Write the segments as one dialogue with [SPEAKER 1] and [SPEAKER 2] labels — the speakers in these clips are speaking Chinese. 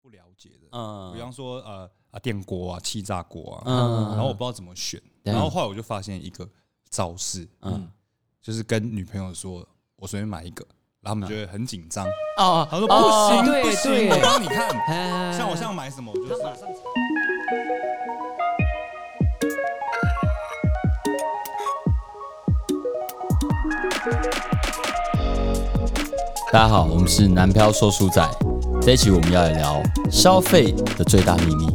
[SPEAKER 1] 不了解的，
[SPEAKER 2] 嗯
[SPEAKER 1] 比方说呃啊电锅啊、气炸锅啊，
[SPEAKER 2] 嗯
[SPEAKER 1] 然后我不知道怎么选，
[SPEAKER 2] 对
[SPEAKER 1] 然后后来我就发现一个招式，
[SPEAKER 2] 嗯
[SPEAKER 1] 就是跟女朋友说我随便买一个，然后他们就会很紧张，
[SPEAKER 2] 哦，
[SPEAKER 1] 他说不
[SPEAKER 2] 哦
[SPEAKER 1] 行
[SPEAKER 2] 对
[SPEAKER 1] 不行，我
[SPEAKER 2] 对
[SPEAKER 1] 帮你看，
[SPEAKER 2] 哎
[SPEAKER 1] 像我想买什么，我就是马上。
[SPEAKER 2] 大家好，我们是南漂说书仔，这一期我们要来聊消费的最大秘密。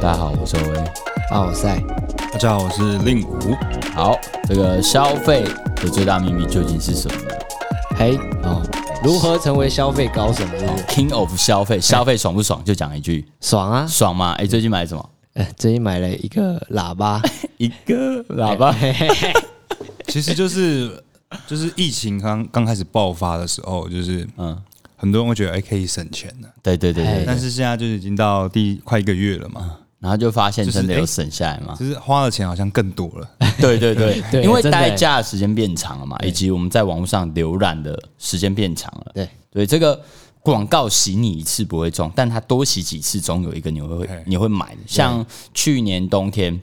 [SPEAKER 2] 大家好，我是欧威。
[SPEAKER 3] 啊，我塞，
[SPEAKER 1] 大家好，我是令武，
[SPEAKER 2] 好，这个消费的最大秘密究竟是什么呢
[SPEAKER 3] 嘿，哦，如何成为消费高手？是不是
[SPEAKER 2] 哦？King of 消费，消费爽不爽？就讲一句，
[SPEAKER 3] 爽啊！
[SPEAKER 2] 爽吗？哎、最近买什么？
[SPEAKER 3] 呃，最近买了一个喇叭，
[SPEAKER 2] 一个喇叭。
[SPEAKER 1] 其实就是就是疫情刚刚开始爆发的时候，就是
[SPEAKER 2] 嗯，
[SPEAKER 1] 很多人会觉得哎、可以省钱的、
[SPEAKER 2] 对对对对
[SPEAKER 3] 哎
[SPEAKER 2] 对嗯
[SPEAKER 1] 但。是现在就是已经到第快一个月了嘛，
[SPEAKER 2] 然后就发现真的有
[SPEAKER 1] 就是
[SPEAKER 2] 省 下来吗？
[SPEAKER 1] 就是花的钱好像更多了。
[SPEAKER 2] 对对对，
[SPEAKER 3] 对
[SPEAKER 2] 因为
[SPEAKER 3] 真的
[SPEAKER 2] 待假的时间变长了嘛，以及我们在网络上浏览的时间变长了。
[SPEAKER 3] 对
[SPEAKER 2] 对，这个广告洗你一次不会中，但它多洗几次，总有一个你会
[SPEAKER 1] 嘿
[SPEAKER 2] 你会买的。像去年冬天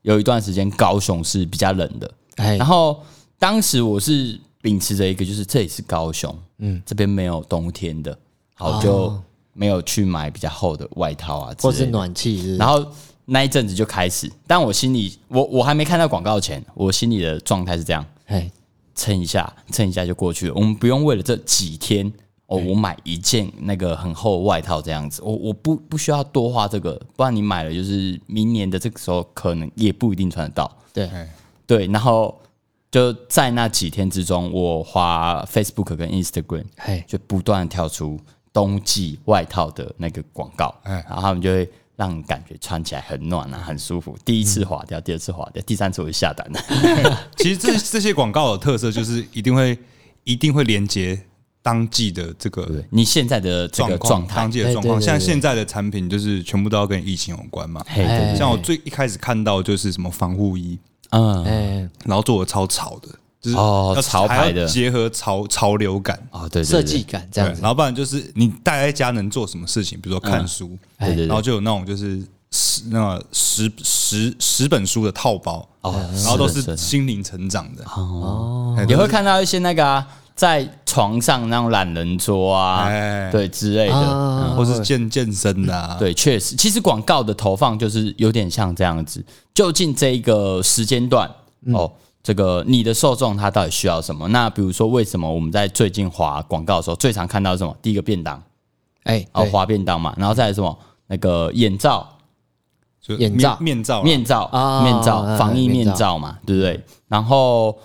[SPEAKER 2] 有一段时间，高雄是比较冷的，
[SPEAKER 3] 哎
[SPEAKER 2] 然，后当时我是秉持着一个，就是这里是高雄，嗯，这边没有冬天的，好就
[SPEAKER 3] 哦
[SPEAKER 2] 没有去买比较厚的外套啊之类的，
[SPEAKER 3] 或是暖气是不是，
[SPEAKER 2] 然后那一阵子就开始，但我心里，我我还没看到广告前，我心里的状态是这样：
[SPEAKER 3] 哎，
[SPEAKER 2] 撑一下，撑一下就过去了。我们不用为了这几天哦，
[SPEAKER 3] 嗯
[SPEAKER 2] 我买一件那个很厚的外套这样子，我我不不需要多花这个，不然你买了就是明年的这个时候可能也不一定穿得到。
[SPEAKER 3] 对，
[SPEAKER 1] 哎，
[SPEAKER 2] 对，然后就在那几天之中，我花 Facebook 跟 Instagram，
[SPEAKER 3] 哎，
[SPEAKER 2] 就不断地跳出冬季外套的那个广告，
[SPEAKER 1] 哎
[SPEAKER 2] 然后他们就会让你感觉穿起来很暖啊，很舒服。第一次滑掉，第二次滑掉，第三次我就下啊单了。
[SPEAKER 1] 其实这这些广告的特色就是一定会一定会连接当季的这个
[SPEAKER 2] 你现在的这
[SPEAKER 1] 状
[SPEAKER 2] 个
[SPEAKER 1] 况
[SPEAKER 2] 状，态
[SPEAKER 1] 当，季的状
[SPEAKER 3] 哎
[SPEAKER 1] 况。
[SPEAKER 3] 对对对
[SPEAKER 1] 像现在的产品就是全部都要跟疫情有关嘛。
[SPEAKER 2] 嘿，对对
[SPEAKER 3] 哎
[SPEAKER 2] 对
[SPEAKER 1] 像我最一开始看到就是什么防护衣，
[SPEAKER 2] 嗯，
[SPEAKER 3] 哎，
[SPEAKER 1] 然后做的超潮的，就是
[SPEAKER 2] 哦
[SPEAKER 1] 要
[SPEAKER 2] 潮牌
[SPEAKER 1] 还
[SPEAKER 2] 的
[SPEAKER 1] 要结合潮潮流感。
[SPEAKER 2] 哦，对，对
[SPEAKER 3] 设计，感这
[SPEAKER 1] 对，
[SPEAKER 3] 样子
[SPEAKER 1] 然，后不然就是你待在家能做什么事情，比如说看书，
[SPEAKER 2] 嗯对对对
[SPEAKER 1] 然后就有那种就是十那个十十十本书的套包，
[SPEAKER 2] 哦，
[SPEAKER 1] 然后都
[SPEAKER 2] 是的
[SPEAKER 1] 是
[SPEAKER 2] 是
[SPEAKER 1] 心灵成长的哦，
[SPEAKER 2] 的
[SPEAKER 1] 哎
[SPEAKER 2] 也会看到一些那个啊，在床上那种懒人桌啊，
[SPEAKER 1] 哎，
[SPEAKER 2] 对之类的。嗯
[SPEAKER 3] 啊，
[SPEAKER 1] 或是健健身的啊，
[SPEAKER 2] 对，确实，其实广告的投放就是有点像这样子，究竟这一个时间段、
[SPEAKER 3] 嗯
[SPEAKER 2] 哦，这个你的受众他到底需要什么？那比如说，为什么我们在最近划广告的时候，最常看到是什么？第一个便当
[SPEAKER 3] 哎，
[SPEAKER 2] 哦，
[SPEAKER 3] 对
[SPEAKER 2] 划便当嘛，然后再来什么那个眼罩、
[SPEAKER 1] 就
[SPEAKER 3] 眼罩
[SPEAKER 1] 面面罩啦
[SPEAKER 2] 面罩、
[SPEAKER 3] 啊
[SPEAKER 2] 面罩、
[SPEAKER 3] 嗯
[SPEAKER 2] 防疫
[SPEAKER 3] 面
[SPEAKER 2] 面
[SPEAKER 3] 罩
[SPEAKER 2] 罩嘛，对不对？然后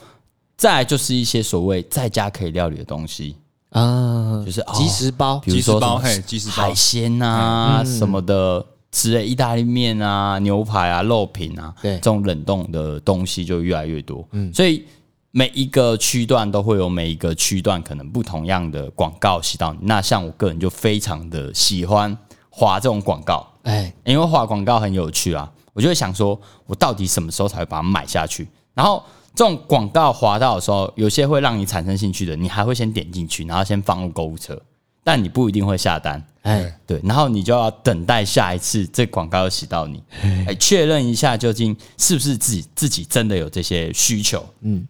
[SPEAKER 2] 再来就是一些所谓在家可以料理的东西，
[SPEAKER 3] 啊，
[SPEAKER 2] 就是哦
[SPEAKER 3] 即时包，
[SPEAKER 2] 比如说
[SPEAKER 1] 即时包
[SPEAKER 2] 什么
[SPEAKER 1] 嘿即时包嗯
[SPEAKER 2] 海鲜啊、什么的之类，意大利面啊、牛排啊、肉品啊，
[SPEAKER 3] 对
[SPEAKER 2] 这种冷冻的东西就越来越多。嗯，所以每一个区段都会有每一个区段可能不同样的广告吸到你。那像我个人就非常的喜欢划这种广告，
[SPEAKER 3] 哎，
[SPEAKER 2] 因为画广告很有趣啊，我就会想说，我到底什么时候才会把它买下去？然后这种广告滑到的时候，有些会让你产生兴趣的，你还会先点进去，然后先放入购物车，但你不一定会下单。
[SPEAKER 3] 哎，
[SPEAKER 2] 对，然后你就要等待下一次这广告又洗到你，哎，确认一下究竟是不是自己自己真的有这些需求。嗯，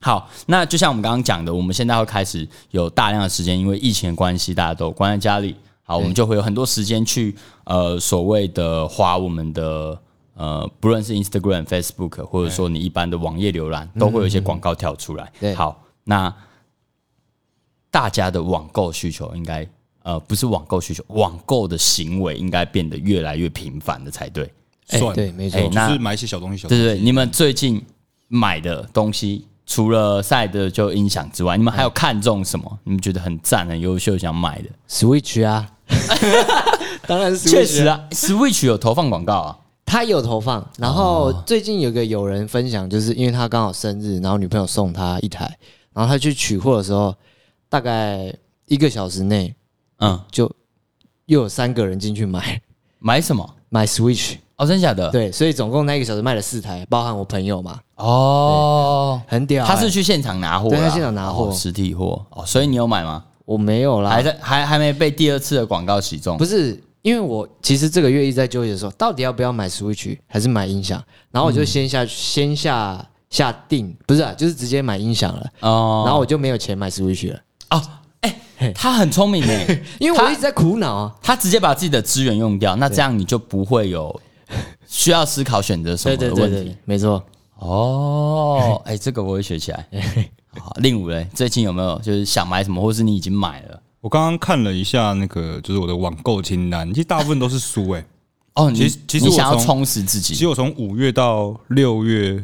[SPEAKER 2] 好，那就像我们刚刚讲的，我们现在会开始有大量的时间，因为疫情的关系，大家都关在家里，好，我们就会有很多时间去呃所谓的花我们的。呃，不论是 Instagram、Facebook，或者说你一般的网页浏览，都会有一些广告跳出来。
[SPEAKER 3] 对
[SPEAKER 2] 好，那大家的网购需求应该呃不是网购需求，网购的行为应该变得越来越频繁的才对。
[SPEAKER 3] 哎
[SPEAKER 1] 算，
[SPEAKER 3] 对，没错
[SPEAKER 2] 哎，
[SPEAKER 1] 就
[SPEAKER 2] 那
[SPEAKER 1] 是买一些小东西，小东
[SPEAKER 2] 对
[SPEAKER 1] 西
[SPEAKER 2] 对对，你们最近买的东西，除了赛的就音响之外，你们还有看中什么？你们觉得很赞、很优秀想买的？
[SPEAKER 3] Switch 啊，当然是
[SPEAKER 2] 确实啊，Switch 有投放广告啊。
[SPEAKER 3] 他有投放，然后
[SPEAKER 2] 哦
[SPEAKER 3] 最近有个友人分享，就是因为他刚好生日，然后女朋友送他一台，然后他去取货的时候，大概一个小时内
[SPEAKER 2] 嗯，
[SPEAKER 3] 就又有三个人进去买
[SPEAKER 2] 买什么？
[SPEAKER 3] 买 Switch，
[SPEAKER 2] 哦，真假的？
[SPEAKER 3] 对，所以总共那一个小时卖了四台，包含我朋友嘛，
[SPEAKER 2] 哦，
[SPEAKER 3] 很屌欸、
[SPEAKER 2] 他是去现场拿货啦，
[SPEAKER 3] 对他现场拿货
[SPEAKER 2] 哦实体货哦，所以你有买吗？
[SPEAKER 3] 我没有啦
[SPEAKER 2] 还，在还还没被第二次的广告洗中
[SPEAKER 3] 不，是，因为我其实这个月一直在纠结说，到底要不要买 Switch 还是买音响，然后我就先
[SPEAKER 2] 嗯
[SPEAKER 3] 下、先下下定，不是、啊，就是直接买音响了，
[SPEAKER 2] 哦，
[SPEAKER 3] 然后我就没有钱买 Switch 了，
[SPEAKER 2] 哦，哎，他很聪明哎，
[SPEAKER 3] 因为我一直在苦恼啊。
[SPEAKER 2] 他直接把自己的资源用掉，那这样你就不会有需要思考选择什么的问题。，
[SPEAKER 3] 没错。
[SPEAKER 2] 哦，哎，这个我会学起来。好，令武嘞，最近有没有就是想买什么，或是你已经买了？
[SPEAKER 1] 我刚刚看了一下那个，就是我的网购清单，其实大部分都是书诶、
[SPEAKER 2] 哦，你
[SPEAKER 1] 其实其实
[SPEAKER 2] 你
[SPEAKER 1] 我
[SPEAKER 2] 想要
[SPEAKER 1] 从
[SPEAKER 2] 充实自
[SPEAKER 1] 其
[SPEAKER 2] 己
[SPEAKER 1] 实我从五月到六月，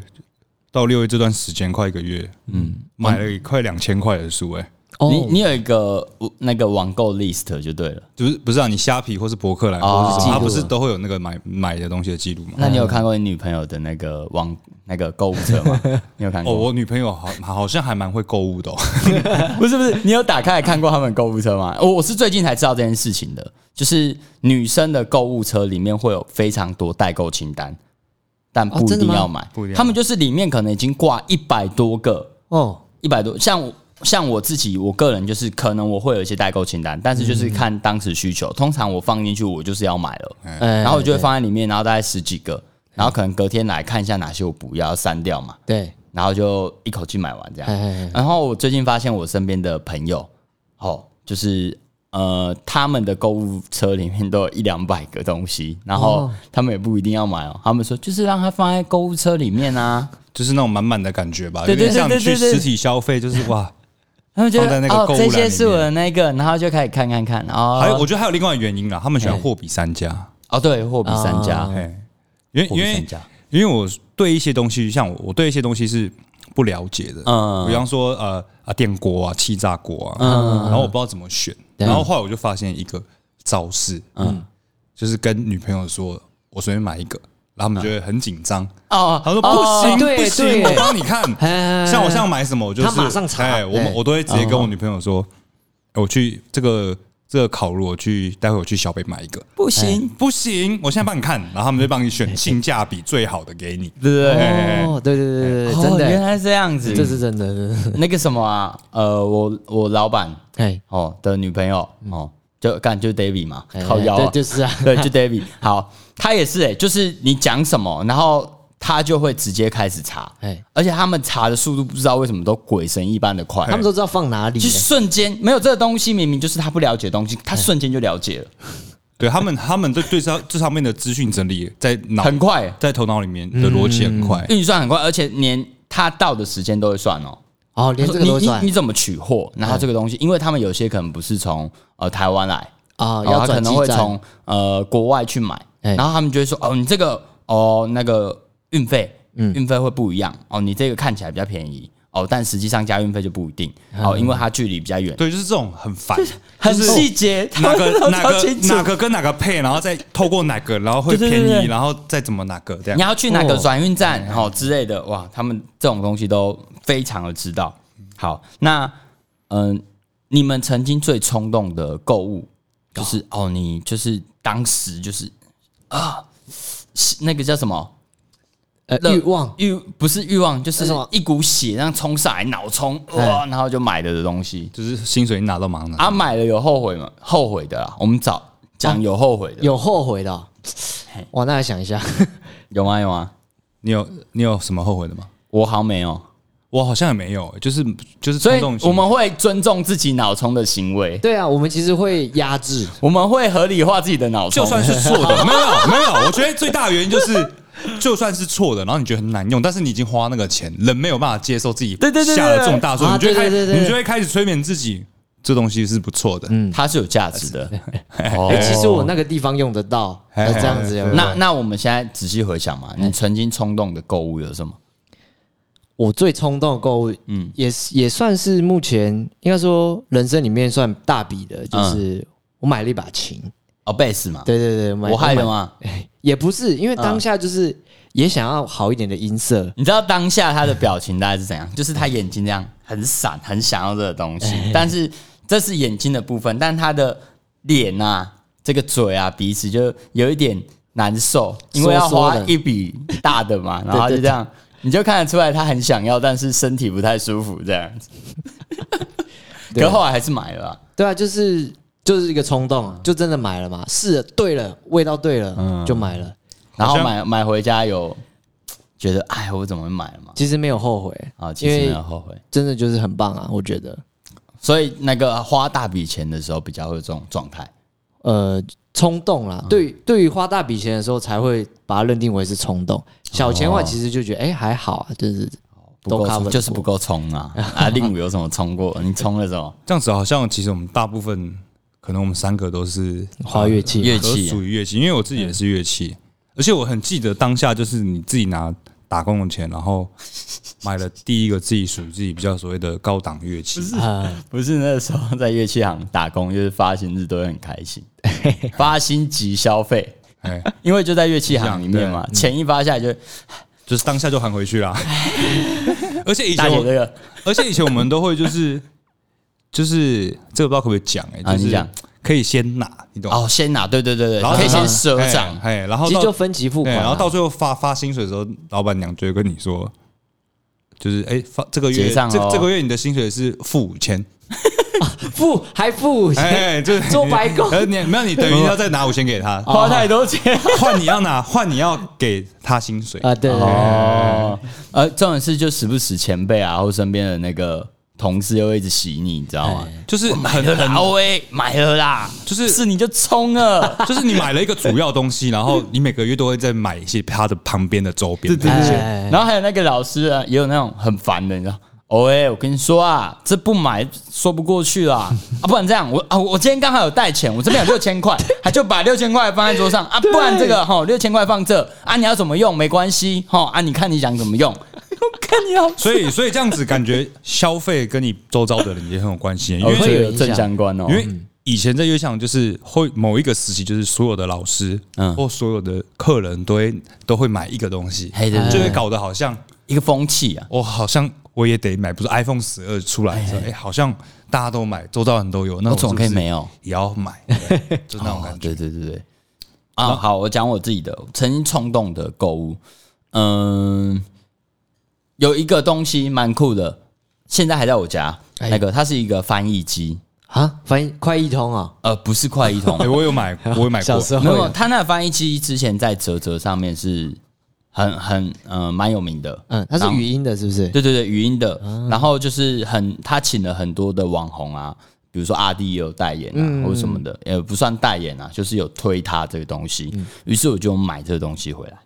[SPEAKER 1] 到六月这段时间快一个月，嗯，买了快两千块的书哎诶、
[SPEAKER 2] 你你有一个呃那个网购 list 就对了。
[SPEAKER 1] 就是不是啊？你虾皮或是博客来，
[SPEAKER 2] 哦
[SPEAKER 1] 或是什么，它
[SPEAKER 3] 记录
[SPEAKER 1] 不
[SPEAKER 3] 啊
[SPEAKER 1] 是都会有那个买买的东西的记录吗？
[SPEAKER 2] 那你有看过你女朋友的那个网那个购物车 吗？你有看
[SPEAKER 1] 哦，
[SPEAKER 2] 过？
[SPEAKER 1] 我女朋友好好像还蛮会购物的、哦，
[SPEAKER 2] 不是不是，你有打开来看过他们购物车吗？我我是最近才知道这件事情的，就是女生的购物车里面会有非常多代购清单，但
[SPEAKER 3] 哦
[SPEAKER 2] 不一
[SPEAKER 3] 真的
[SPEAKER 2] 定
[SPEAKER 3] 吗
[SPEAKER 2] 要买
[SPEAKER 1] 不一定要买。
[SPEAKER 2] 他们就是里面可能已经挂一百多个
[SPEAKER 3] 哦，
[SPEAKER 2] 一百多，像我像我自己，我个人就是可能我会有一些代购清单，但是就是看当时需
[SPEAKER 3] 嗯
[SPEAKER 2] 求。通常我放进去，我就是要买了，
[SPEAKER 3] 哎
[SPEAKER 2] 然后我就会放在里面，然后大概十几个，然后可能隔天来看一下哪些我不要删掉嘛，
[SPEAKER 3] 对，
[SPEAKER 2] 然后就一口气买完这
[SPEAKER 3] 哎
[SPEAKER 2] 样。
[SPEAKER 3] 哎
[SPEAKER 2] 然后我最近发现我身边的朋友，哦，就是呃，他们的购物车里面都有一两百个东西，然后他们也不一定要买哦，他们说就是让他放在购物车里面啊。
[SPEAKER 1] 就是那种满满的感觉吧，
[SPEAKER 2] 对
[SPEAKER 1] 有
[SPEAKER 2] 对
[SPEAKER 1] 点像你
[SPEAKER 2] 对对
[SPEAKER 1] 去
[SPEAKER 2] 对对
[SPEAKER 1] 实体消费，就是哇。
[SPEAKER 2] 他们觉得
[SPEAKER 1] 放在那个
[SPEAKER 2] 哦
[SPEAKER 1] 购物，栏
[SPEAKER 2] 这
[SPEAKER 1] 里
[SPEAKER 2] 些是我的那个，然后就开始看看看，哦，
[SPEAKER 1] 还有，我觉得还有另外一个原因啦，他们喜欢货比三家，
[SPEAKER 2] 哦，对，货比三家，
[SPEAKER 1] 哎、因为
[SPEAKER 2] 嗯货
[SPEAKER 1] 因
[SPEAKER 2] 比三
[SPEAKER 1] 为
[SPEAKER 2] 家，
[SPEAKER 1] 因为我对一些东西，像我我对一些东西是不了解的，
[SPEAKER 2] 嗯
[SPEAKER 1] 比方说呃啊电锅啊、气炸锅啊，然后我不知道怎么选，然后后来我就发现一个招式，嗯，就是跟女朋友说，我随便买一个，然后他们就会很紧张，
[SPEAKER 2] 哦，
[SPEAKER 1] 他说不
[SPEAKER 2] 哦
[SPEAKER 1] 行
[SPEAKER 3] 嗯对
[SPEAKER 1] 不行，
[SPEAKER 3] 对
[SPEAKER 1] 我帮你看，
[SPEAKER 3] 哎，
[SPEAKER 1] 像我像买什么，我就是
[SPEAKER 3] 他马上查
[SPEAKER 1] 哎，我
[SPEAKER 3] 哎
[SPEAKER 1] 们我都会直接跟我女朋友说，哎我去这个这个烤炉，我去待会我去小北买一个。
[SPEAKER 2] 不行，
[SPEAKER 1] 不行，我现在帮你看，然后他们就帮你 选性价比最好的给你。
[SPEAKER 2] 对不对？
[SPEAKER 1] 哎
[SPEAKER 3] 哦，对对对对对，
[SPEAKER 2] 哦
[SPEAKER 3] 真
[SPEAKER 2] 原
[SPEAKER 3] 的，
[SPEAKER 2] 来是这样子，
[SPEAKER 3] 这 是真的，真的
[SPEAKER 2] 那个什么啊，呃，我我老板
[SPEAKER 3] 哎，
[SPEAKER 2] 哦的女朋友哦，就干就是 David 嘛，
[SPEAKER 3] 哎
[SPEAKER 2] 靠腰
[SPEAKER 3] 对，
[SPEAKER 2] 啊，
[SPEAKER 3] 就是啊，
[SPEAKER 2] 对，就 David，好，他也是哎，就是你讲什么，然后他就会直接开始查，
[SPEAKER 3] 哎，
[SPEAKER 2] 而且他们查的速度不知道为什么都鬼神一般的
[SPEAKER 1] 哎
[SPEAKER 2] 快，
[SPEAKER 3] 他们都知道放哪里
[SPEAKER 2] 就，瞬间没有这个东西，明明就是他不了解的东西，他瞬间就了解
[SPEAKER 3] 嗯
[SPEAKER 2] 了，
[SPEAKER 1] 对他们，他们对对这这上面的资讯整理在脑
[SPEAKER 2] 很嗯快，
[SPEAKER 1] 在头脑里面的逻辑很快。
[SPEAKER 2] 运算很快，而且连他到的时间都会算哦。
[SPEAKER 3] 哦，连这个
[SPEAKER 2] 你
[SPEAKER 3] 都
[SPEAKER 2] 你
[SPEAKER 3] 算
[SPEAKER 2] 你怎么取货？然后这个东西，因为他们有些可能不是从呃台湾来，
[SPEAKER 3] 啊，
[SPEAKER 2] 然后
[SPEAKER 3] 要
[SPEAKER 2] 哦他可
[SPEAKER 3] 转
[SPEAKER 2] 能
[SPEAKER 3] 基
[SPEAKER 2] 会
[SPEAKER 3] 站
[SPEAKER 2] 从呃国外去买，
[SPEAKER 3] 哎
[SPEAKER 2] 然后他们就会说哦，你这个哦那个运费，运费会不一样哦，你这个看起来比较便宜哦，但实际上加运费就不一定哦，因为它距离比较远，
[SPEAKER 1] 对，就是这种很烦，
[SPEAKER 2] 很
[SPEAKER 1] 就是
[SPEAKER 2] 细节，他
[SPEAKER 1] 哪
[SPEAKER 2] 们
[SPEAKER 1] 个
[SPEAKER 2] 都
[SPEAKER 1] 哪
[SPEAKER 2] 超
[SPEAKER 1] 个
[SPEAKER 2] 清楚
[SPEAKER 1] 哪个跟哪个配，然后再透过哪个，然后会
[SPEAKER 2] 对对
[SPEAKER 1] 便
[SPEAKER 2] 对对
[SPEAKER 1] 宜，然后再怎么哪个这样
[SPEAKER 2] 你。要去哪个
[SPEAKER 3] 哦
[SPEAKER 2] 转运站，好、之类的，哇，他们这种东西都非常的知道。好，那嗯、你们曾经最冲动的购物，就是哦你就是当时就是啊，是那个叫什么
[SPEAKER 3] 呃欲望，
[SPEAKER 2] 欲，不是欲望，就是
[SPEAKER 3] 那什么哎
[SPEAKER 2] 一股血让冲上来，脑冲哇，然后就买了的东西。
[SPEAKER 1] 就是薪水你拿到忙了，
[SPEAKER 2] 啊，买了有后悔吗？后悔的啦，我们找讲有后悔的，
[SPEAKER 3] 有后悔的哦，哇，那来想一下，
[SPEAKER 2] 有吗？有吗？
[SPEAKER 1] 你有你有什么后悔的吗？
[SPEAKER 2] 我好像没有，
[SPEAKER 1] 我好像也没有，就是就是
[SPEAKER 2] 所
[SPEAKER 1] 冲
[SPEAKER 2] 以
[SPEAKER 1] 动型
[SPEAKER 2] 我们会尊重自己脑冲的行为。
[SPEAKER 3] 对啊，我们其实会压制，
[SPEAKER 2] 我们会合理化自己的脑
[SPEAKER 1] 就
[SPEAKER 2] 冲，
[SPEAKER 1] 算是错
[SPEAKER 2] 哦
[SPEAKER 1] 的，没有没有，我觉得最大的原因就是，就算是错的，然后你觉得很难用，但是你已经花那个钱，人没有办法接受自己
[SPEAKER 2] 对对对对
[SPEAKER 1] 下了这种大错，
[SPEAKER 3] 啊
[SPEAKER 1] 你就会开，
[SPEAKER 3] 对对对对
[SPEAKER 1] 你就会开始催眠自己，这东西是不错的。
[SPEAKER 2] 它是有价值的。哦
[SPEAKER 3] 哎，其实我那个地方用得到，呃
[SPEAKER 1] 哎
[SPEAKER 3] 那这样子有没有
[SPEAKER 2] 那那我们现在仔细回想嘛，你曾经冲动的购物有什么？
[SPEAKER 3] 我最冲动的购物，嗯，也是也算是目前应该说人生里面算大笔的，就是我买了一把琴。
[SPEAKER 2] 哦，贝斯嘛，
[SPEAKER 3] 对对对，买
[SPEAKER 2] 嗯我害的？嗯
[SPEAKER 3] 买
[SPEAKER 2] 嘛。
[SPEAKER 3] 也不是，因为当下就是也想要好一点的音色。
[SPEAKER 2] 你知道当下他的表情大概是怎样？就是他眼睛这样很闪，很想要这个东西，但是这是眼睛的部分，但他的脸啊、这个嘴啊、鼻子就有一点难受，因为要
[SPEAKER 3] 缩缩
[SPEAKER 2] 花
[SPEAKER 3] 的
[SPEAKER 2] 一笔大的嘛，然后他就这样你就看得出来他很想要，但是身体不太舒服这样子。可后来还是买了啊、
[SPEAKER 3] 对啊，就是就是一个冲动，啊就真的买了嘛，试了对了，味道对了、
[SPEAKER 2] 嗯
[SPEAKER 3] 就买了，
[SPEAKER 2] 然
[SPEAKER 1] 好
[SPEAKER 2] 后
[SPEAKER 1] 像
[SPEAKER 2] 买买回家有觉得，哎，我怎么会买了嘛？
[SPEAKER 3] 其实没有后悔
[SPEAKER 2] 啊，其
[SPEAKER 3] 因
[SPEAKER 2] 实没
[SPEAKER 3] 为
[SPEAKER 2] 有后悔。
[SPEAKER 3] 真的就是很棒啊，我觉得，
[SPEAKER 2] 所以那个花大笔钱的时候，比较会有这种状态。
[SPEAKER 3] 呃，冲动
[SPEAKER 2] 嗯
[SPEAKER 3] 啦，对于对于花大笔钱的时候才会把它认定为是冲动，小钱的话其实就觉得哎、还好啊，就是
[SPEAKER 2] 哦不够
[SPEAKER 3] 都 cover
[SPEAKER 2] 冲，
[SPEAKER 3] 过
[SPEAKER 2] 就是不够冲啊！ 啊，令武有什么冲过？你冲了什么？
[SPEAKER 1] 这样子好像其实我们大部分可能我们三个都是
[SPEAKER 3] 花乐器
[SPEAKER 2] 乐
[SPEAKER 1] 都
[SPEAKER 2] 器嗯
[SPEAKER 1] 属于乐器，因为我自己也是乐器，而且我很记得当下就是你自己拿打工的钱，然后买了第一个自己属于自己比较所谓的高档乐器，
[SPEAKER 2] 嗯
[SPEAKER 3] 啊，
[SPEAKER 2] 不是那时候在乐器行打工，就是发薪日都会很开 心，发薪即消费，
[SPEAKER 1] 哎，
[SPEAKER 2] 因为就在乐器行里面嘛，钱一发下来就
[SPEAKER 1] 嗯就是当下就喊回去啦。 而且以
[SPEAKER 2] 大
[SPEAKER 1] 前
[SPEAKER 2] 姐
[SPEAKER 1] 我
[SPEAKER 2] 这个
[SPEAKER 1] 而且以前我们都会就是就是这个不知道可不可以讲
[SPEAKER 2] 啊
[SPEAKER 1] 哎，
[SPEAKER 2] 你
[SPEAKER 1] 就
[SPEAKER 2] 讲
[SPEAKER 1] 是可以先拿，你懂吗？
[SPEAKER 2] 哦，先拿，对对对对，
[SPEAKER 1] 然后
[SPEAKER 2] 可以先
[SPEAKER 1] 到
[SPEAKER 2] 赊账，
[SPEAKER 1] 哎，哎然后
[SPEAKER 3] 其实
[SPEAKER 1] 到
[SPEAKER 3] 就分期付
[SPEAKER 1] 对，
[SPEAKER 3] 款啊、
[SPEAKER 2] 哎
[SPEAKER 1] 然后到最后发发薪水的时候，老板娘就会跟你说，就是哎、发这个月
[SPEAKER 2] 结账
[SPEAKER 1] 这
[SPEAKER 2] 咯
[SPEAKER 1] 这个月你的薪水是付五千，
[SPEAKER 3] 付还付五千，
[SPEAKER 1] 哎，就是
[SPEAKER 3] 做白工
[SPEAKER 1] 呃，你没有你等于要再拿五千给他，
[SPEAKER 2] 花太多钱
[SPEAKER 1] 换你要拿，换你要给他薪水。
[SPEAKER 3] 啊，对对对
[SPEAKER 2] 哦。呃，重点是就时不时前辈啊，或身边的那个同事又会一直洗你，你知道吗？
[SPEAKER 1] 哎就是
[SPEAKER 2] 买
[SPEAKER 1] 很
[SPEAKER 2] 了啦，
[SPEAKER 1] 很，
[SPEAKER 2] 喂，买了啦，
[SPEAKER 1] 就是
[SPEAKER 2] 是你就冲了。
[SPEAKER 1] 就是你买了一个主要东西，然后你每个月都会再买一些他的旁边的周边。
[SPEAKER 3] 哎
[SPEAKER 2] 然后还有那个老师啊，也有那种很烦的，你知道。哦哎、我跟你说啊，这不买说不过 去啦啊！不然这样，我啊，我今天刚好有带钱，我这边有六千 块，还就把六千块放在桌上啊！不然这个哈，六千块放这啊，你要怎么用没关系哈啊！你看你想怎么用，我看你要
[SPEAKER 1] 所以，所以这样子感觉消费跟你周遭的人也很有关系，因为
[SPEAKER 3] 会有影响
[SPEAKER 2] 正相关哦，
[SPEAKER 1] 因为以前在乐像就是会某一个时期，就是所有的老师，
[SPEAKER 2] 嗯
[SPEAKER 1] 或所有的客人都会都会买一个东西，
[SPEAKER 2] 嘿对对
[SPEAKER 1] 就
[SPEAKER 2] 对
[SPEAKER 1] 会搞得好像
[SPEAKER 2] 一个风气啊，
[SPEAKER 1] 我好像我也得买，不是 iPhone 十二出来的时候，哎、好像大家都买，周遭人都有，那
[SPEAKER 2] 我
[SPEAKER 1] 我
[SPEAKER 2] 怎么
[SPEAKER 1] 总
[SPEAKER 2] 可以没有？
[SPEAKER 1] 也要买，对就那种感觉。
[SPEAKER 2] 哦。对对对对，啊，好，我讲我自己的曾经冲动的购物，嗯，有一个东西蛮酷的，现在还在我家，
[SPEAKER 3] 哎
[SPEAKER 2] 那个它是一个翻译机，
[SPEAKER 3] 啊，翻译快一通啊、
[SPEAKER 2] 呃，不是快译通
[SPEAKER 1] 哎、，我有买，我有买
[SPEAKER 3] 小
[SPEAKER 1] 过，
[SPEAKER 3] 时候
[SPEAKER 2] 没有，
[SPEAKER 3] 有
[SPEAKER 2] 它那个翻译机之前在泽泽上面是很很呃蛮有名的，
[SPEAKER 3] 嗯，它是语音的，是不是？
[SPEAKER 2] 对对对，语音的。然后就是很，他请了很多的网红啊，比如说阿弟也有代言啊，或者什么的，也不算代言啊，就是有推他这个东西。于、是我就买这个东西回来。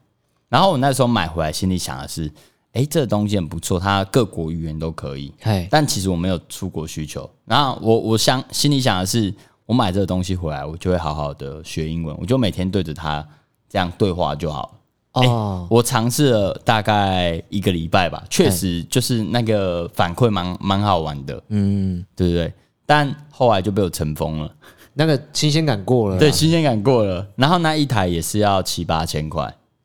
[SPEAKER 2] 然后我那时候买回来，心里想的是，哎、这个东西很不错，它各国语言都可以。
[SPEAKER 3] 哎，
[SPEAKER 2] 但其实我没有出国需求。然后我我想心里想的是，我买这个东西回来，我就会好好的学英文，我就每天对着它这样对话就好了。
[SPEAKER 3] 哦，
[SPEAKER 2] 我尝试了大概一个礼拜吧，确实就是那个反馈蛮蛮好玩的，
[SPEAKER 3] 嗯，
[SPEAKER 2] 对不对？但后来就被我尘封了，
[SPEAKER 3] 那个新鲜感过了啦，
[SPEAKER 2] 对，新鲜感过了。然后那一台也是要七八千块，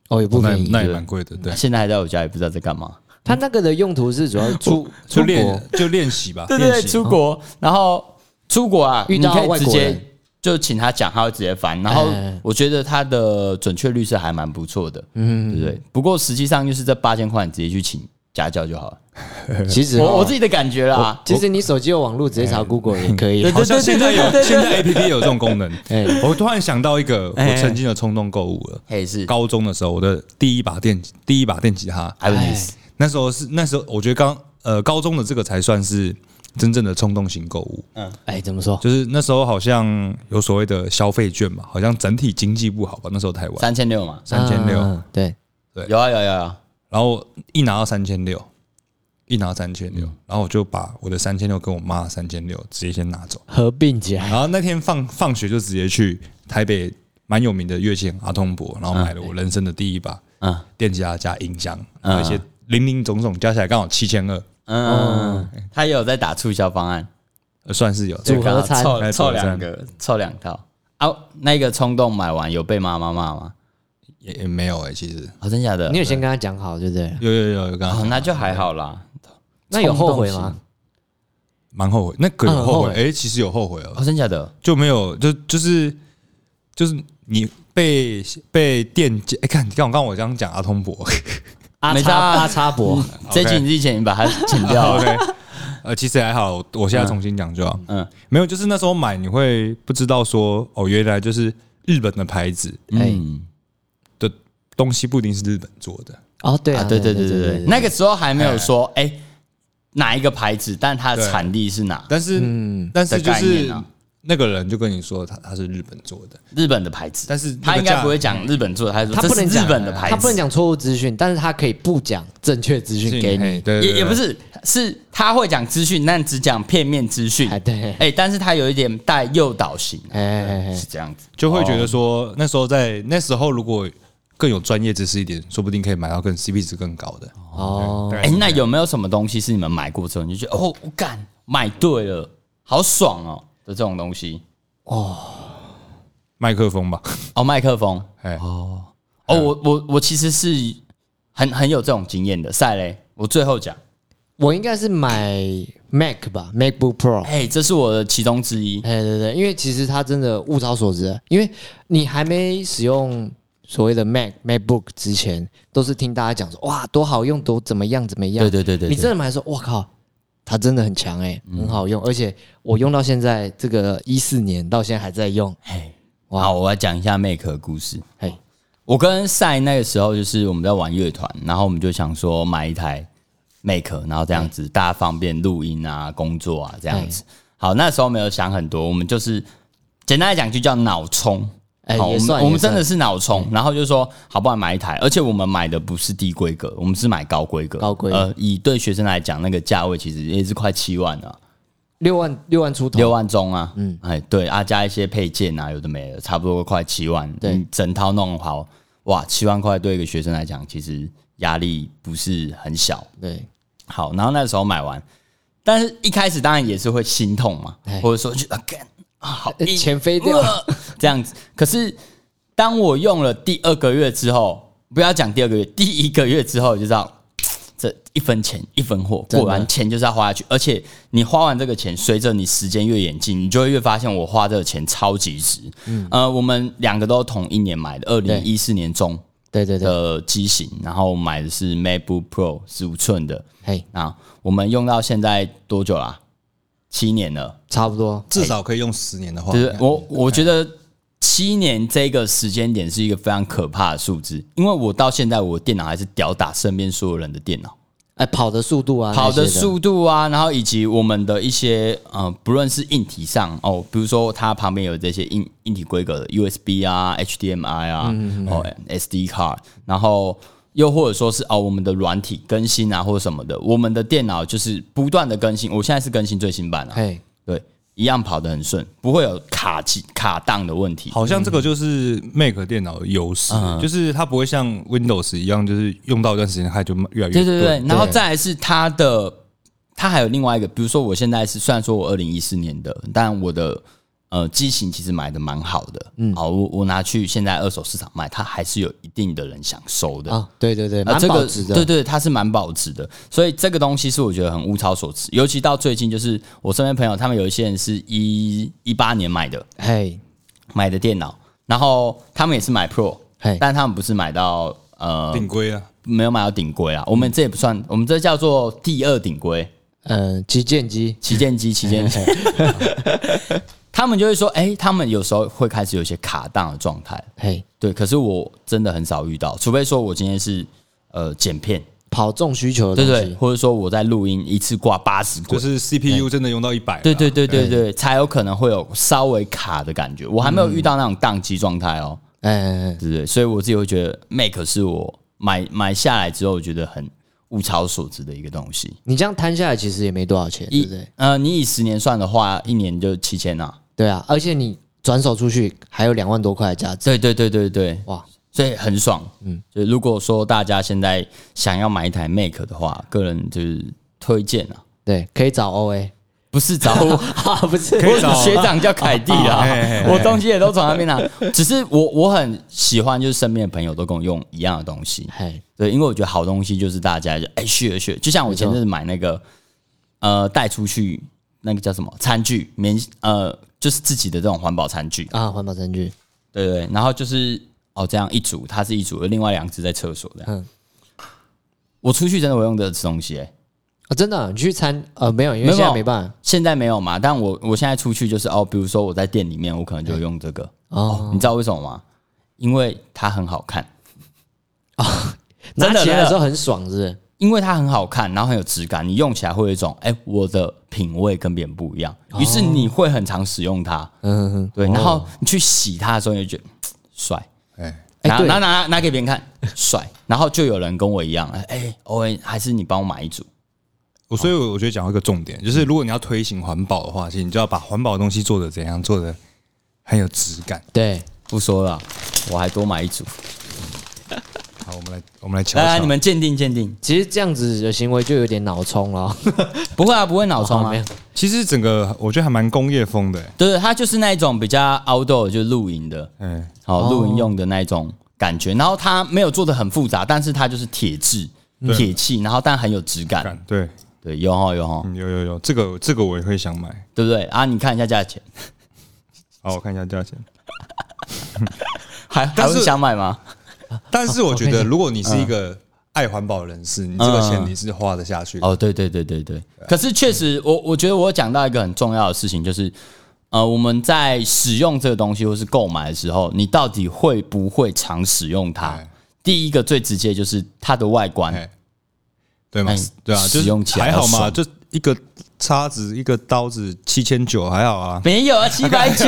[SPEAKER 3] 哦，也不
[SPEAKER 1] 那
[SPEAKER 3] 便宜。
[SPEAKER 1] 那也蛮贵的，对，
[SPEAKER 2] 现在还在我家，也不知道在干嘛。
[SPEAKER 3] 它那个的用途是主要出
[SPEAKER 2] 哦
[SPEAKER 1] 就
[SPEAKER 3] 出
[SPEAKER 1] 练
[SPEAKER 3] 国，
[SPEAKER 1] 就练习
[SPEAKER 3] 啊
[SPEAKER 1] 吧，
[SPEAKER 2] 对对对，
[SPEAKER 1] 练习
[SPEAKER 2] 出国，然后出国啊，
[SPEAKER 3] 哦遇到
[SPEAKER 2] 你可
[SPEAKER 3] 外
[SPEAKER 2] 以直
[SPEAKER 3] 国人
[SPEAKER 2] 接就请他讲，他会直接翻。然后
[SPEAKER 3] 哎
[SPEAKER 2] 我觉得他的准确率是还蛮不错的，嗯，对不对？不过实际上就是这八千块，你直接去请家教就好了。
[SPEAKER 3] 其实
[SPEAKER 2] 哦我我自
[SPEAKER 3] 己，
[SPEAKER 2] 己的感觉啦，
[SPEAKER 3] 其实你手机有网络，直接查 Google 也可以。
[SPEAKER 1] 好像现在有
[SPEAKER 2] 对对对对对
[SPEAKER 1] 现在 A P P 有这种功能。
[SPEAKER 3] 哎，
[SPEAKER 1] 我突然想到一个
[SPEAKER 2] 哎
[SPEAKER 1] 我曾经的冲动购物了，
[SPEAKER 2] 嘿是
[SPEAKER 1] 高中的时候我的第一把电第一把电吉他，
[SPEAKER 2] 还有
[SPEAKER 3] 哎
[SPEAKER 2] 意思。
[SPEAKER 1] 那时候是那时候，我觉得刚呃高中的这个才算是真正的冲动型购物，
[SPEAKER 3] 哎，怎么说？
[SPEAKER 1] 就是那时候好像有所谓的消费券嘛，好像整体经济不好吧，那时候台湾
[SPEAKER 2] 三千六嘛，
[SPEAKER 1] 三千六，
[SPEAKER 3] 嗯，嗯对，
[SPEAKER 2] 有啊有啊有啊，
[SPEAKER 1] 然后一拿到三千六，一拿到三千
[SPEAKER 3] 嗯
[SPEAKER 1] 六，然后我就把我的三千六跟我妈三千六直接先拿走，
[SPEAKER 3] 合并起来，
[SPEAKER 1] 然后那天放放学就直接去台北蛮有名的乐器行阿通博，然后买了我人生的第一把
[SPEAKER 2] 嗯
[SPEAKER 1] 电吉他加音箱，而且零零总总加起来刚好七千二，
[SPEAKER 2] 嗯，他也有在打促销方案，
[SPEAKER 1] 呃算是有
[SPEAKER 3] 组合
[SPEAKER 2] 刚好
[SPEAKER 3] 餐
[SPEAKER 2] 凑
[SPEAKER 1] 哎组
[SPEAKER 2] 凑
[SPEAKER 1] 合
[SPEAKER 2] 两
[SPEAKER 1] 餐
[SPEAKER 2] 个，凑两套。啊，那个冲动买完有被妈妈骂吗？
[SPEAKER 1] 也也没有哎、其实
[SPEAKER 2] 哦，真假的
[SPEAKER 3] 你？有先跟他讲好，对不对？
[SPEAKER 1] 有有有有，刚
[SPEAKER 2] 哦
[SPEAKER 1] 刚，
[SPEAKER 2] 那就还好啦。
[SPEAKER 3] 那有后悔
[SPEAKER 2] 冲动
[SPEAKER 3] 吗
[SPEAKER 2] 型？？
[SPEAKER 1] 蛮后悔，那个
[SPEAKER 2] 啊
[SPEAKER 1] 有
[SPEAKER 3] 嗯
[SPEAKER 1] 后
[SPEAKER 3] 后
[SPEAKER 1] 悔，
[SPEAKER 3] 悔
[SPEAKER 1] 哎、其实有后悔哦，
[SPEAKER 2] 哦，真假的？
[SPEAKER 1] 就没有，就就是就是你被被店家，哎、看你看我刚刚我刚刚讲阿通博，
[SPEAKER 3] 阿
[SPEAKER 2] 没
[SPEAKER 3] 叉
[SPEAKER 2] 差啊
[SPEAKER 3] 阿叉博，
[SPEAKER 2] 这集你之前你把它剪 掉了，
[SPEAKER 1] OK，呃，其实也还好，我我现在重新讲就好。
[SPEAKER 2] 嗯
[SPEAKER 1] 嗯，没有，就是那时候买你会不知道说，哦，原来就是日本的牌子
[SPEAKER 3] 哎，
[SPEAKER 2] 嗯，
[SPEAKER 1] 的东西不一定是日本做的，
[SPEAKER 3] 哦对
[SPEAKER 2] 啊，
[SPEAKER 3] 啊，
[SPEAKER 2] 对对对对对，那个时候还没有
[SPEAKER 1] 哎
[SPEAKER 2] 说哎哪一个牌子，但它的
[SPEAKER 1] 对
[SPEAKER 2] 产地是哪？
[SPEAKER 1] 但是、
[SPEAKER 3] 嗯，
[SPEAKER 1] 但是就
[SPEAKER 2] 的概念
[SPEAKER 1] 是
[SPEAKER 2] 啊
[SPEAKER 1] 那个人就跟你说他他是日本做的，
[SPEAKER 2] 日本的牌子，
[SPEAKER 1] 但是那个
[SPEAKER 2] 他应该
[SPEAKER 1] 价
[SPEAKER 2] 不会讲日本做的，他说
[SPEAKER 3] 他
[SPEAKER 2] 这
[SPEAKER 3] 不
[SPEAKER 2] 是
[SPEAKER 3] 能
[SPEAKER 2] 日
[SPEAKER 3] 讲
[SPEAKER 2] 本的牌子，
[SPEAKER 3] 他不能讲错误资讯，但是他可以不讲正确资讯给
[SPEAKER 1] 嘿
[SPEAKER 3] 你，
[SPEAKER 1] 对对
[SPEAKER 2] 也也不
[SPEAKER 1] 是
[SPEAKER 2] 是，是他会讲资讯，但只讲片面资讯。
[SPEAKER 3] 哎
[SPEAKER 2] 哎、
[SPEAKER 3] 对，
[SPEAKER 2] 但是他有一点带诱导型、啊
[SPEAKER 3] 哎哎哎
[SPEAKER 2] 是这样子。
[SPEAKER 1] 就会觉
[SPEAKER 2] 哦
[SPEAKER 1] 得说、那时候在那时候如果更有专业知识一点，说不定可以买到更 CP 值更高的。
[SPEAKER 3] 哦，
[SPEAKER 2] 哎、那有没有什么东西是你们买过之后你就觉得哦，我干买对了，好爽哦的这种东西？
[SPEAKER 1] 麦克风吧，
[SPEAKER 2] 哦，麦克风
[SPEAKER 1] 哎、
[SPEAKER 2] 哦，
[SPEAKER 1] 嗯
[SPEAKER 2] 我我我其实是很很有这种经验的。赛雷，我最后讲，
[SPEAKER 3] 我应该是买 Mac 吧，MacBook Pro。
[SPEAKER 2] 哎、这是我的其中之一。
[SPEAKER 3] 哎，对对，因为其实它真的物超所值，啊因为你还没使用所谓的 Mac MacBook 之前，都是听大家讲说哇多好用，多怎么样怎么样。
[SPEAKER 2] 对对对对
[SPEAKER 3] 你
[SPEAKER 2] 对，
[SPEAKER 3] 真的买来说，我靠，它真的很强哎、很好用，而且我用到现在这个一四年到现在还在用，
[SPEAKER 2] 哎，
[SPEAKER 3] 哇
[SPEAKER 2] 好，我来讲一下 Make 的故事。
[SPEAKER 3] 嘿，
[SPEAKER 2] 我跟赛那个时候就是我们在玩乐团，然后我们就想说买一台 Make，然后这样子大家方便录音啊、工作啊这样子。好，那时候没有想很多，我们就是简单来讲就叫脑充。
[SPEAKER 3] 哎
[SPEAKER 2] 好
[SPEAKER 3] 也
[SPEAKER 2] 我们
[SPEAKER 3] 算
[SPEAKER 2] 我
[SPEAKER 3] 也
[SPEAKER 2] 们真
[SPEAKER 3] 算
[SPEAKER 2] 的是脑充，然后就说好不好买一台，而且我们买的不是低规格，我们是买高规格。
[SPEAKER 3] 高规格
[SPEAKER 2] 呃，以对学生来讲，那个价位其实也是快七万了、
[SPEAKER 3] 六万六万出头，
[SPEAKER 2] 六万中啊，嗯，哎，对啊，加一些配件啊，有的没的，差不多快七万，
[SPEAKER 3] 对
[SPEAKER 2] 你整套弄好，哇，七万块对一个学生来讲，其实压力不是很小。
[SPEAKER 3] 对，
[SPEAKER 2] 好，然后那时候买完，但是一开始当然也是会心痛嘛
[SPEAKER 3] 哎，
[SPEAKER 2] 或者说就啊干啊好
[SPEAKER 3] 呃
[SPEAKER 2] 硬
[SPEAKER 3] 钱飞掉
[SPEAKER 2] 呃这样子。可是当我用了第二个月之后，不要讲第二个月，第一个月之后就知道。这一分钱一分货，
[SPEAKER 3] 真的
[SPEAKER 2] 果然钱就是要花下去，而且你花完这个钱，随着你时间越演进，你就会越发现我花这个钱超级值。
[SPEAKER 3] 嗯
[SPEAKER 2] 呃，我们两个都同一年买的，二零一四年中
[SPEAKER 3] 对对对，
[SPEAKER 2] 的机型，然后买的是 MacBook Pro 十五寸的，
[SPEAKER 3] 嘿，
[SPEAKER 2] 啊，我们用到现在多久啦、七年了，
[SPEAKER 3] 差不多，
[SPEAKER 1] 至少可以用十年的话，
[SPEAKER 2] 就是我我觉得七年这个时间点是一个非常可怕的数字，因为我到现在我的电脑还是吊打身边所有人的电脑，
[SPEAKER 3] 哎，跑的速度啊，
[SPEAKER 2] 跑的
[SPEAKER 3] 那些
[SPEAKER 2] 速度啊，然后以及我们的一些呃，不论是硬体上哦，比如说它旁边有这些硬硬体规格的 USB 啊、HDMI 啊、
[SPEAKER 3] 嗯
[SPEAKER 2] 哦 SD 卡，然后。又或者说是哦，我们的软体更新啊，或者什么的，我们的电脑就是不断的更新。我现在是更新最新版啊，
[SPEAKER 3] 嘿，
[SPEAKER 2] 对，一样跑得很顺，不会有卡机卡档的问题。
[SPEAKER 1] 好像这个就是 Mac 电脑的优势，
[SPEAKER 2] 嗯
[SPEAKER 1] 就是它不会像 Windows 一样，就是用到一段时间它就越来越
[SPEAKER 2] 对对对，然后再来是它的，它还有另外一个，比如说我现在是虽然说我二零一四年的，但我的呃机型其实买的蛮好的，嗯，好，我我拿去现在二手市场卖，它还是有一定的人想收的。
[SPEAKER 3] 啊，对对对，
[SPEAKER 2] 啊，
[SPEAKER 3] 蛮
[SPEAKER 2] 这
[SPEAKER 3] 保
[SPEAKER 2] 个
[SPEAKER 3] 值的，
[SPEAKER 2] 对对，它是蛮保值的，所以这个东西是我觉得很物超所值。尤其到最近，就是我身边朋友，他们有一些人是一一八年买的，
[SPEAKER 3] 嘿，
[SPEAKER 2] 买的电脑，然后他们也是买 Pro，
[SPEAKER 3] 嘿
[SPEAKER 2] 但他们不是买到呃
[SPEAKER 1] 顶规啊，
[SPEAKER 2] 没有买到顶规啊，我们这也不算，我们这叫做第二顶规
[SPEAKER 3] 嗯，旗舰机，
[SPEAKER 2] 旗舰 机，旗舰机。他们就会说，哎、他们有时候会开始有一些卡档的状态，
[SPEAKER 3] 嘿，
[SPEAKER 2] 对。可是我真的很少遇到，除非说我今天是呃剪片，
[SPEAKER 3] 跑重需求的
[SPEAKER 2] 对
[SPEAKER 3] 东西，
[SPEAKER 2] 对，或者说我在录音一次挂八十轨
[SPEAKER 1] 就，是 CPU 真的用到一百，啊
[SPEAKER 2] 对对对对对，嗯才有可能会有稍微卡的感觉。我还没有遇到那种宕机状态哦。
[SPEAKER 3] 哎哎，哎
[SPEAKER 2] 对不对？所以我自己会觉得 Mac 是我买买下来之后，我觉得很物超所值的一个东西。
[SPEAKER 3] 你这样摊下来其实也没多少钱，对
[SPEAKER 2] 一
[SPEAKER 3] 不对？
[SPEAKER 2] 呃，你以十年算的话，一年就七千啊。
[SPEAKER 3] 对啊，而且你转手出去还有两万多块的价值，
[SPEAKER 2] 对对对对对，
[SPEAKER 3] 哇，
[SPEAKER 2] 所以很爽。嗯，就如果说大家现在想要买一台 Mac 的话，个人就是推荐啊，
[SPEAKER 3] 对，可以找 OA
[SPEAKER 2] 不是找我，
[SPEAKER 3] 啊，不是
[SPEAKER 1] 可以
[SPEAKER 2] 我
[SPEAKER 1] 找
[SPEAKER 2] 学长叫凯蒂 啊
[SPEAKER 1] 嘿嘿，嘿
[SPEAKER 2] 我东西也都从那边拿。只是我我很喜欢，就是身边的朋友都跟我用一样的东西。
[SPEAKER 3] 嘿，
[SPEAKER 2] 对，因为我觉得好东西就是大家就哎学学，就像我前阵子买那个呃带出去那个叫什么餐具免呃就是自己的这种环保餐具，
[SPEAKER 3] 啊，环保餐具，
[SPEAKER 2] 对对，然后就是哦这样一组，它是一组，另外两只在厕所这样。
[SPEAKER 3] 嗯
[SPEAKER 2] 我出去真的我用得吃东西、欸，
[SPEAKER 3] 啊，真的啊、你去餐呃没有，因为现在没办法
[SPEAKER 2] 现在没有嘛，但我我现在出去就是哦，比如说我在店里面，我可能就用这个。
[SPEAKER 3] 哦，
[SPEAKER 2] 你知道为什么吗？因为它很好看，
[SPEAKER 3] 拿
[SPEAKER 2] 真的
[SPEAKER 3] 起
[SPEAKER 2] 真
[SPEAKER 3] 来的
[SPEAKER 2] 的
[SPEAKER 3] 时候很爽，是不是？
[SPEAKER 2] 因为它很好看，然后很有质感，你用起来会有一种哎、我的品味跟别人不一样，于是你会很常使用它。
[SPEAKER 3] 嗯哼，
[SPEAKER 2] 对，然后你去洗它的时候，你就觉得嘖帅。
[SPEAKER 1] 哎，
[SPEAKER 3] 哎
[SPEAKER 2] 拿
[SPEAKER 3] 对
[SPEAKER 2] 拿拿拿给别人看， 帅。然后就有人跟我一样，哎、哎欧文，还是你帮我买一组。
[SPEAKER 1] 我所以我觉得讲到一个重点，就是如果你要推行环保的话，其实你就要把环保的东西做的怎样，做的很有质感。
[SPEAKER 3] 对，
[SPEAKER 2] 不说了，我还多买一组。
[SPEAKER 1] 好，我们来我们来瞧
[SPEAKER 2] 来来，
[SPEAKER 1] 瞧
[SPEAKER 2] 你。们鉴定鉴定，
[SPEAKER 3] 其实这样子的行为就有点脑冲了。
[SPEAKER 2] 不会啊，不会脑充啊
[SPEAKER 3] 哦没有。
[SPEAKER 1] 其实整个我觉得还蛮工业风的、欸，
[SPEAKER 2] 对，它就是那一种比较 outdoor 就是露营的，
[SPEAKER 1] 嗯，
[SPEAKER 2] 好露营用的那一种感觉。然后它没有做的很复杂，但是它就是铁质、
[SPEAKER 1] 对
[SPEAKER 2] 铁器，然后但很有质感。
[SPEAKER 1] 感对，
[SPEAKER 2] 对，有哈有哈，
[SPEAKER 1] 嗯有有有，这个这个我也会想买。
[SPEAKER 2] 对不对啊？你看一下价钱，
[SPEAKER 1] 好，我看一下价钱。
[SPEAKER 2] 还还
[SPEAKER 1] 但是
[SPEAKER 2] 会想买吗？
[SPEAKER 1] 但是我觉得，如果你是一
[SPEAKER 2] 嗯
[SPEAKER 1] 个爱环保的人士，你这个钱你是花得下去的。
[SPEAKER 2] 哦，对对对对对。可是确实，我我觉得我有讲到一个很重要的事情，就是呃，我们在使用这个东西或是购买的时候，你到底会不会常使用它
[SPEAKER 1] 哎？
[SPEAKER 2] 第一个最直接就是它的外观，
[SPEAKER 1] 哎对吗
[SPEAKER 2] 哎？
[SPEAKER 1] 对啊，就
[SPEAKER 2] 使用
[SPEAKER 1] 是
[SPEAKER 2] 起来
[SPEAKER 1] 还好嘛，
[SPEAKER 2] 爽
[SPEAKER 1] 就一个叉子，一个刀子，七千九还好啊。
[SPEAKER 2] 没有啊，七百九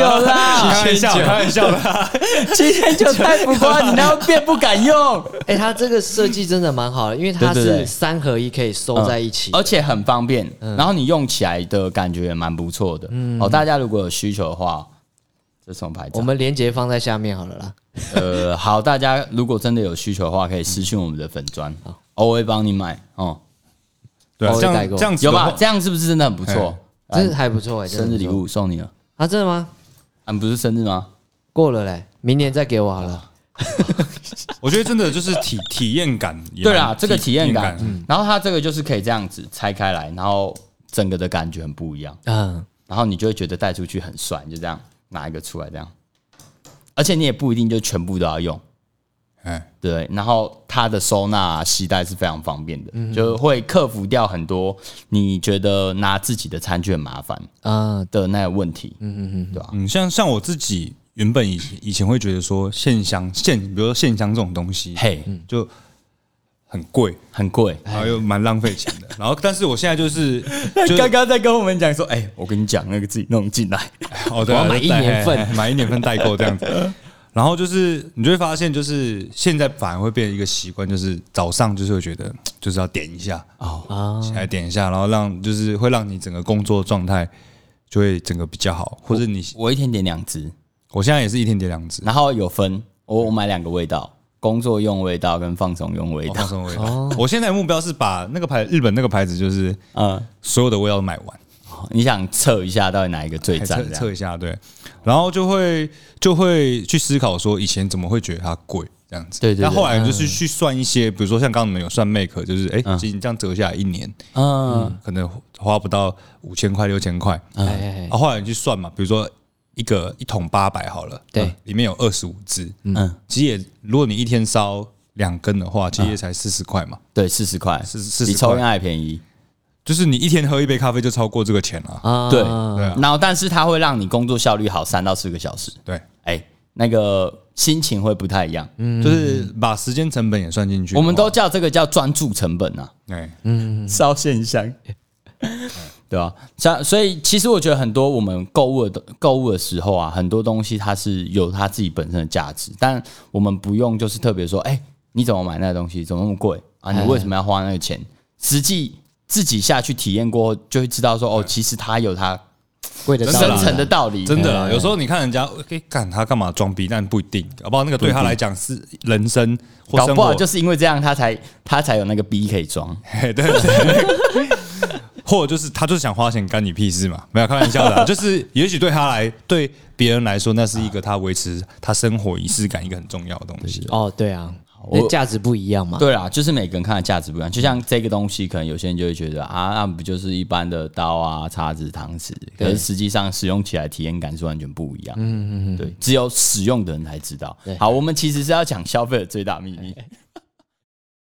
[SPEAKER 2] 啦，
[SPEAKER 1] 开玩笑，开玩笑的。
[SPEAKER 2] 七千九太浮夸，你那变不敢 用，
[SPEAKER 3] 哎，它这个设计真的蛮好的，因为它
[SPEAKER 2] 对对对
[SPEAKER 3] 是三合一可以收在一起。
[SPEAKER 2] 而且很方便，
[SPEAKER 1] 嗯
[SPEAKER 2] 然后你用起来的感觉也蛮不错的。哦，大家如果有需求的话，这是什么牌子啊？
[SPEAKER 3] 我们连接放在下面好了啦。
[SPEAKER 2] 呃，好，大家如果真的有需求的话，可以私信我们的粉砖，我会帮你买哦。
[SPEAKER 1] 对啊，
[SPEAKER 3] 我会
[SPEAKER 1] 这
[SPEAKER 3] 代
[SPEAKER 1] 样
[SPEAKER 3] 购
[SPEAKER 1] 这样子
[SPEAKER 2] 有
[SPEAKER 1] 的
[SPEAKER 2] 吧？
[SPEAKER 1] 话
[SPEAKER 2] 这嗯样是不是真的很不错？
[SPEAKER 3] 真的还不错哎，真的
[SPEAKER 2] 生日
[SPEAKER 3] 不
[SPEAKER 2] 礼
[SPEAKER 3] 错
[SPEAKER 2] 物送你了，
[SPEAKER 3] 啊，真的吗？
[SPEAKER 2] 啊，你不是生日吗？
[SPEAKER 3] 过了嘞，明年再给我好了。
[SPEAKER 1] 我觉得真的就是体体验感也蛮。
[SPEAKER 2] 对啦，这个体验感
[SPEAKER 1] 感，，嗯
[SPEAKER 2] 然后它这个就是可以这样子拆开来，然后整个的感觉很不一样，
[SPEAKER 3] 嗯，
[SPEAKER 2] 然后你就会觉得带出去很帅，你就这样拿一个出来这样，而且你也不一定就全部都要用。嗯
[SPEAKER 1] 哎，
[SPEAKER 2] 对，然后它的收纳、啊、携带是非常方便的，就会克服掉很多你觉得拿自己的餐具很麻烦
[SPEAKER 3] 啊，
[SPEAKER 2] 的那个问题。
[SPEAKER 1] 嗯，像像我自己原本以以前会觉得说线香线，比如说线香这种东西，
[SPEAKER 2] 嘿，
[SPEAKER 1] 就很贵，
[SPEAKER 2] 很 贵。
[SPEAKER 1] 然后又蛮浪费钱的。然后，但是我现在就是，就是
[SPEAKER 2] 刚刚在跟我们讲说，哎、我跟你讲，那个自己弄进来，
[SPEAKER 1] 哦，对啊，
[SPEAKER 3] 我要买一
[SPEAKER 1] 代
[SPEAKER 3] 年份
[SPEAKER 1] 嘿嘿买一年份代购这样子。 然后就是，你就会发现，就是现在反而会变成一个习惯，就是早上就是会觉得就是要点一下哦，起
[SPEAKER 3] 啊
[SPEAKER 1] 来点一下，然后让就是会让你整个工作状态就会整个比较好，或者
[SPEAKER 3] 哦
[SPEAKER 1] 你
[SPEAKER 2] 我一天点两只，
[SPEAKER 1] 我现在也是一天点两只，
[SPEAKER 2] 然后有分，我我买两个味道，工作用味道跟放松用味
[SPEAKER 1] 我
[SPEAKER 2] 道
[SPEAKER 1] 放。松味道。
[SPEAKER 3] 哦
[SPEAKER 1] 我现在的目标是把那个牌日本那个牌子，就是
[SPEAKER 2] 嗯，
[SPEAKER 1] 所有的味道都买完。
[SPEAKER 2] 你想测一下到底哪一个最
[SPEAKER 1] 哎
[SPEAKER 2] 赞
[SPEAKER 1] 测？
[SPEAKER 2] 这
[SPEAKER 1] 测
[SPEAKER 2] 样
[SPEAKER 1] 一下，对，然后就会就会去思考说，以前怎么会觉得它贵这样子？
[SPEAKER 2] 对对对嗯
[SPEAKER 1] 但后来就是去算一些，比如说像刚刚你们有算 make，就是哎，其实你这样折下来一年，
[SPEAKER 2] 嗯，
[SPEAKER 1] 可能花不到五千块六千块。
[SPEAKER 3] 哎哎哎
[SPEAKER 1] 啊，后来你去算嘛，比如说一个一桶八百好了，
[SPEAKER 3] 对
[SPEAKER 1] 嗯，里面有二十五支，
[SPEAKER 2] 嗯
[SPEAKER 1] 嗯，其实也如果你一天烧两根的话，
[SPEAKER 2] 嗯
[SPEAKER 1] 其实也才四十块嘛，
[SPEAKER 2] 对，四十块，
[SPEAKER 1] 四四
[SPEAKER 2] 比
[SPEAKER 1] 十
[SPEAKER 2] 抽烟
[SPEAKER 1] 块，
[SPEAKER 2] 还便宜。
[SPEAKER 1] 就是你一天喝一杯咖啡就超过这个钱了。
[SPEAKER 3] 啊，
[SPEAKER 2] 对
[SPEAKER 1] 对啊，
[SPEAKER 2] 然后，但是它会让你工作效率好三到四个小时。
[SPEAKER 1] 对，
[SPEAKER 2] 哎、那个心情会不太一样。
[SPEAKER 1] 嗯就是把时间成本也算进去的话。
[SPEAKER 2] 嗯我们都叫这个叫专注成本啊，
[SPEAKER 1] 哎，
[SPEAKER 2] 烧线香， 对吧、啊？像所以，其实我觉得很多我们购物的购物的时候啊，很多东西它是有它自己本身的价值，但我们不用就是特别说，哎、你怎么买那个东西，怎么那么贵啊？你为什么要花那个钱？实际自己下去体验过后，就会知道说，哦，其实它有它
[SPEAKER 3] 贵的
[SPEAKER 1] 真的
[SPEAKER 2] 深
[SPEAKER 1] 啦
[SPEAKER 2] 层的道理。
[SPEAKER 1] 啊真的啦，有时候你看人家，可以干他干嘛装逼，但不一定，搞不好那个对他来讲是人生或
[SPEAKER 2] 搞
[SPEAKER 1] 生
[SPEAKER 2] 不好
[SPEAKER 1] 活，嗯
[SPEAKER 2] 就是因为这样，他才他才有那个逼可以装。
[SPEAKER 1] 嘿 对对对， 或者就是他就是想花钱干你屁事嘛，没有开玩笑的 啊，就是也许对他来，对别人来说，那是一个他维持他生活仪式感一个很重要的东西。
[SPEAKER 3] 哦，对啊，
[SPEAKER 2] 我
[SPEAKER 3] 那价值不一样嘛。
[SPEAKER 2] 对啦，就是每个人看的价值不一样。就像这个东西，可能有些人就会觉得啊，那不就是一般的刀啊、叉子、汤匙？可
[SPEAKER 3] 对
[SPEAKER 2] 是实际上使用起来体验感是完全不一样。嗯嗯嗯，对，只有使用的人才知道。好，我们其实是要讲消费的最大秘密。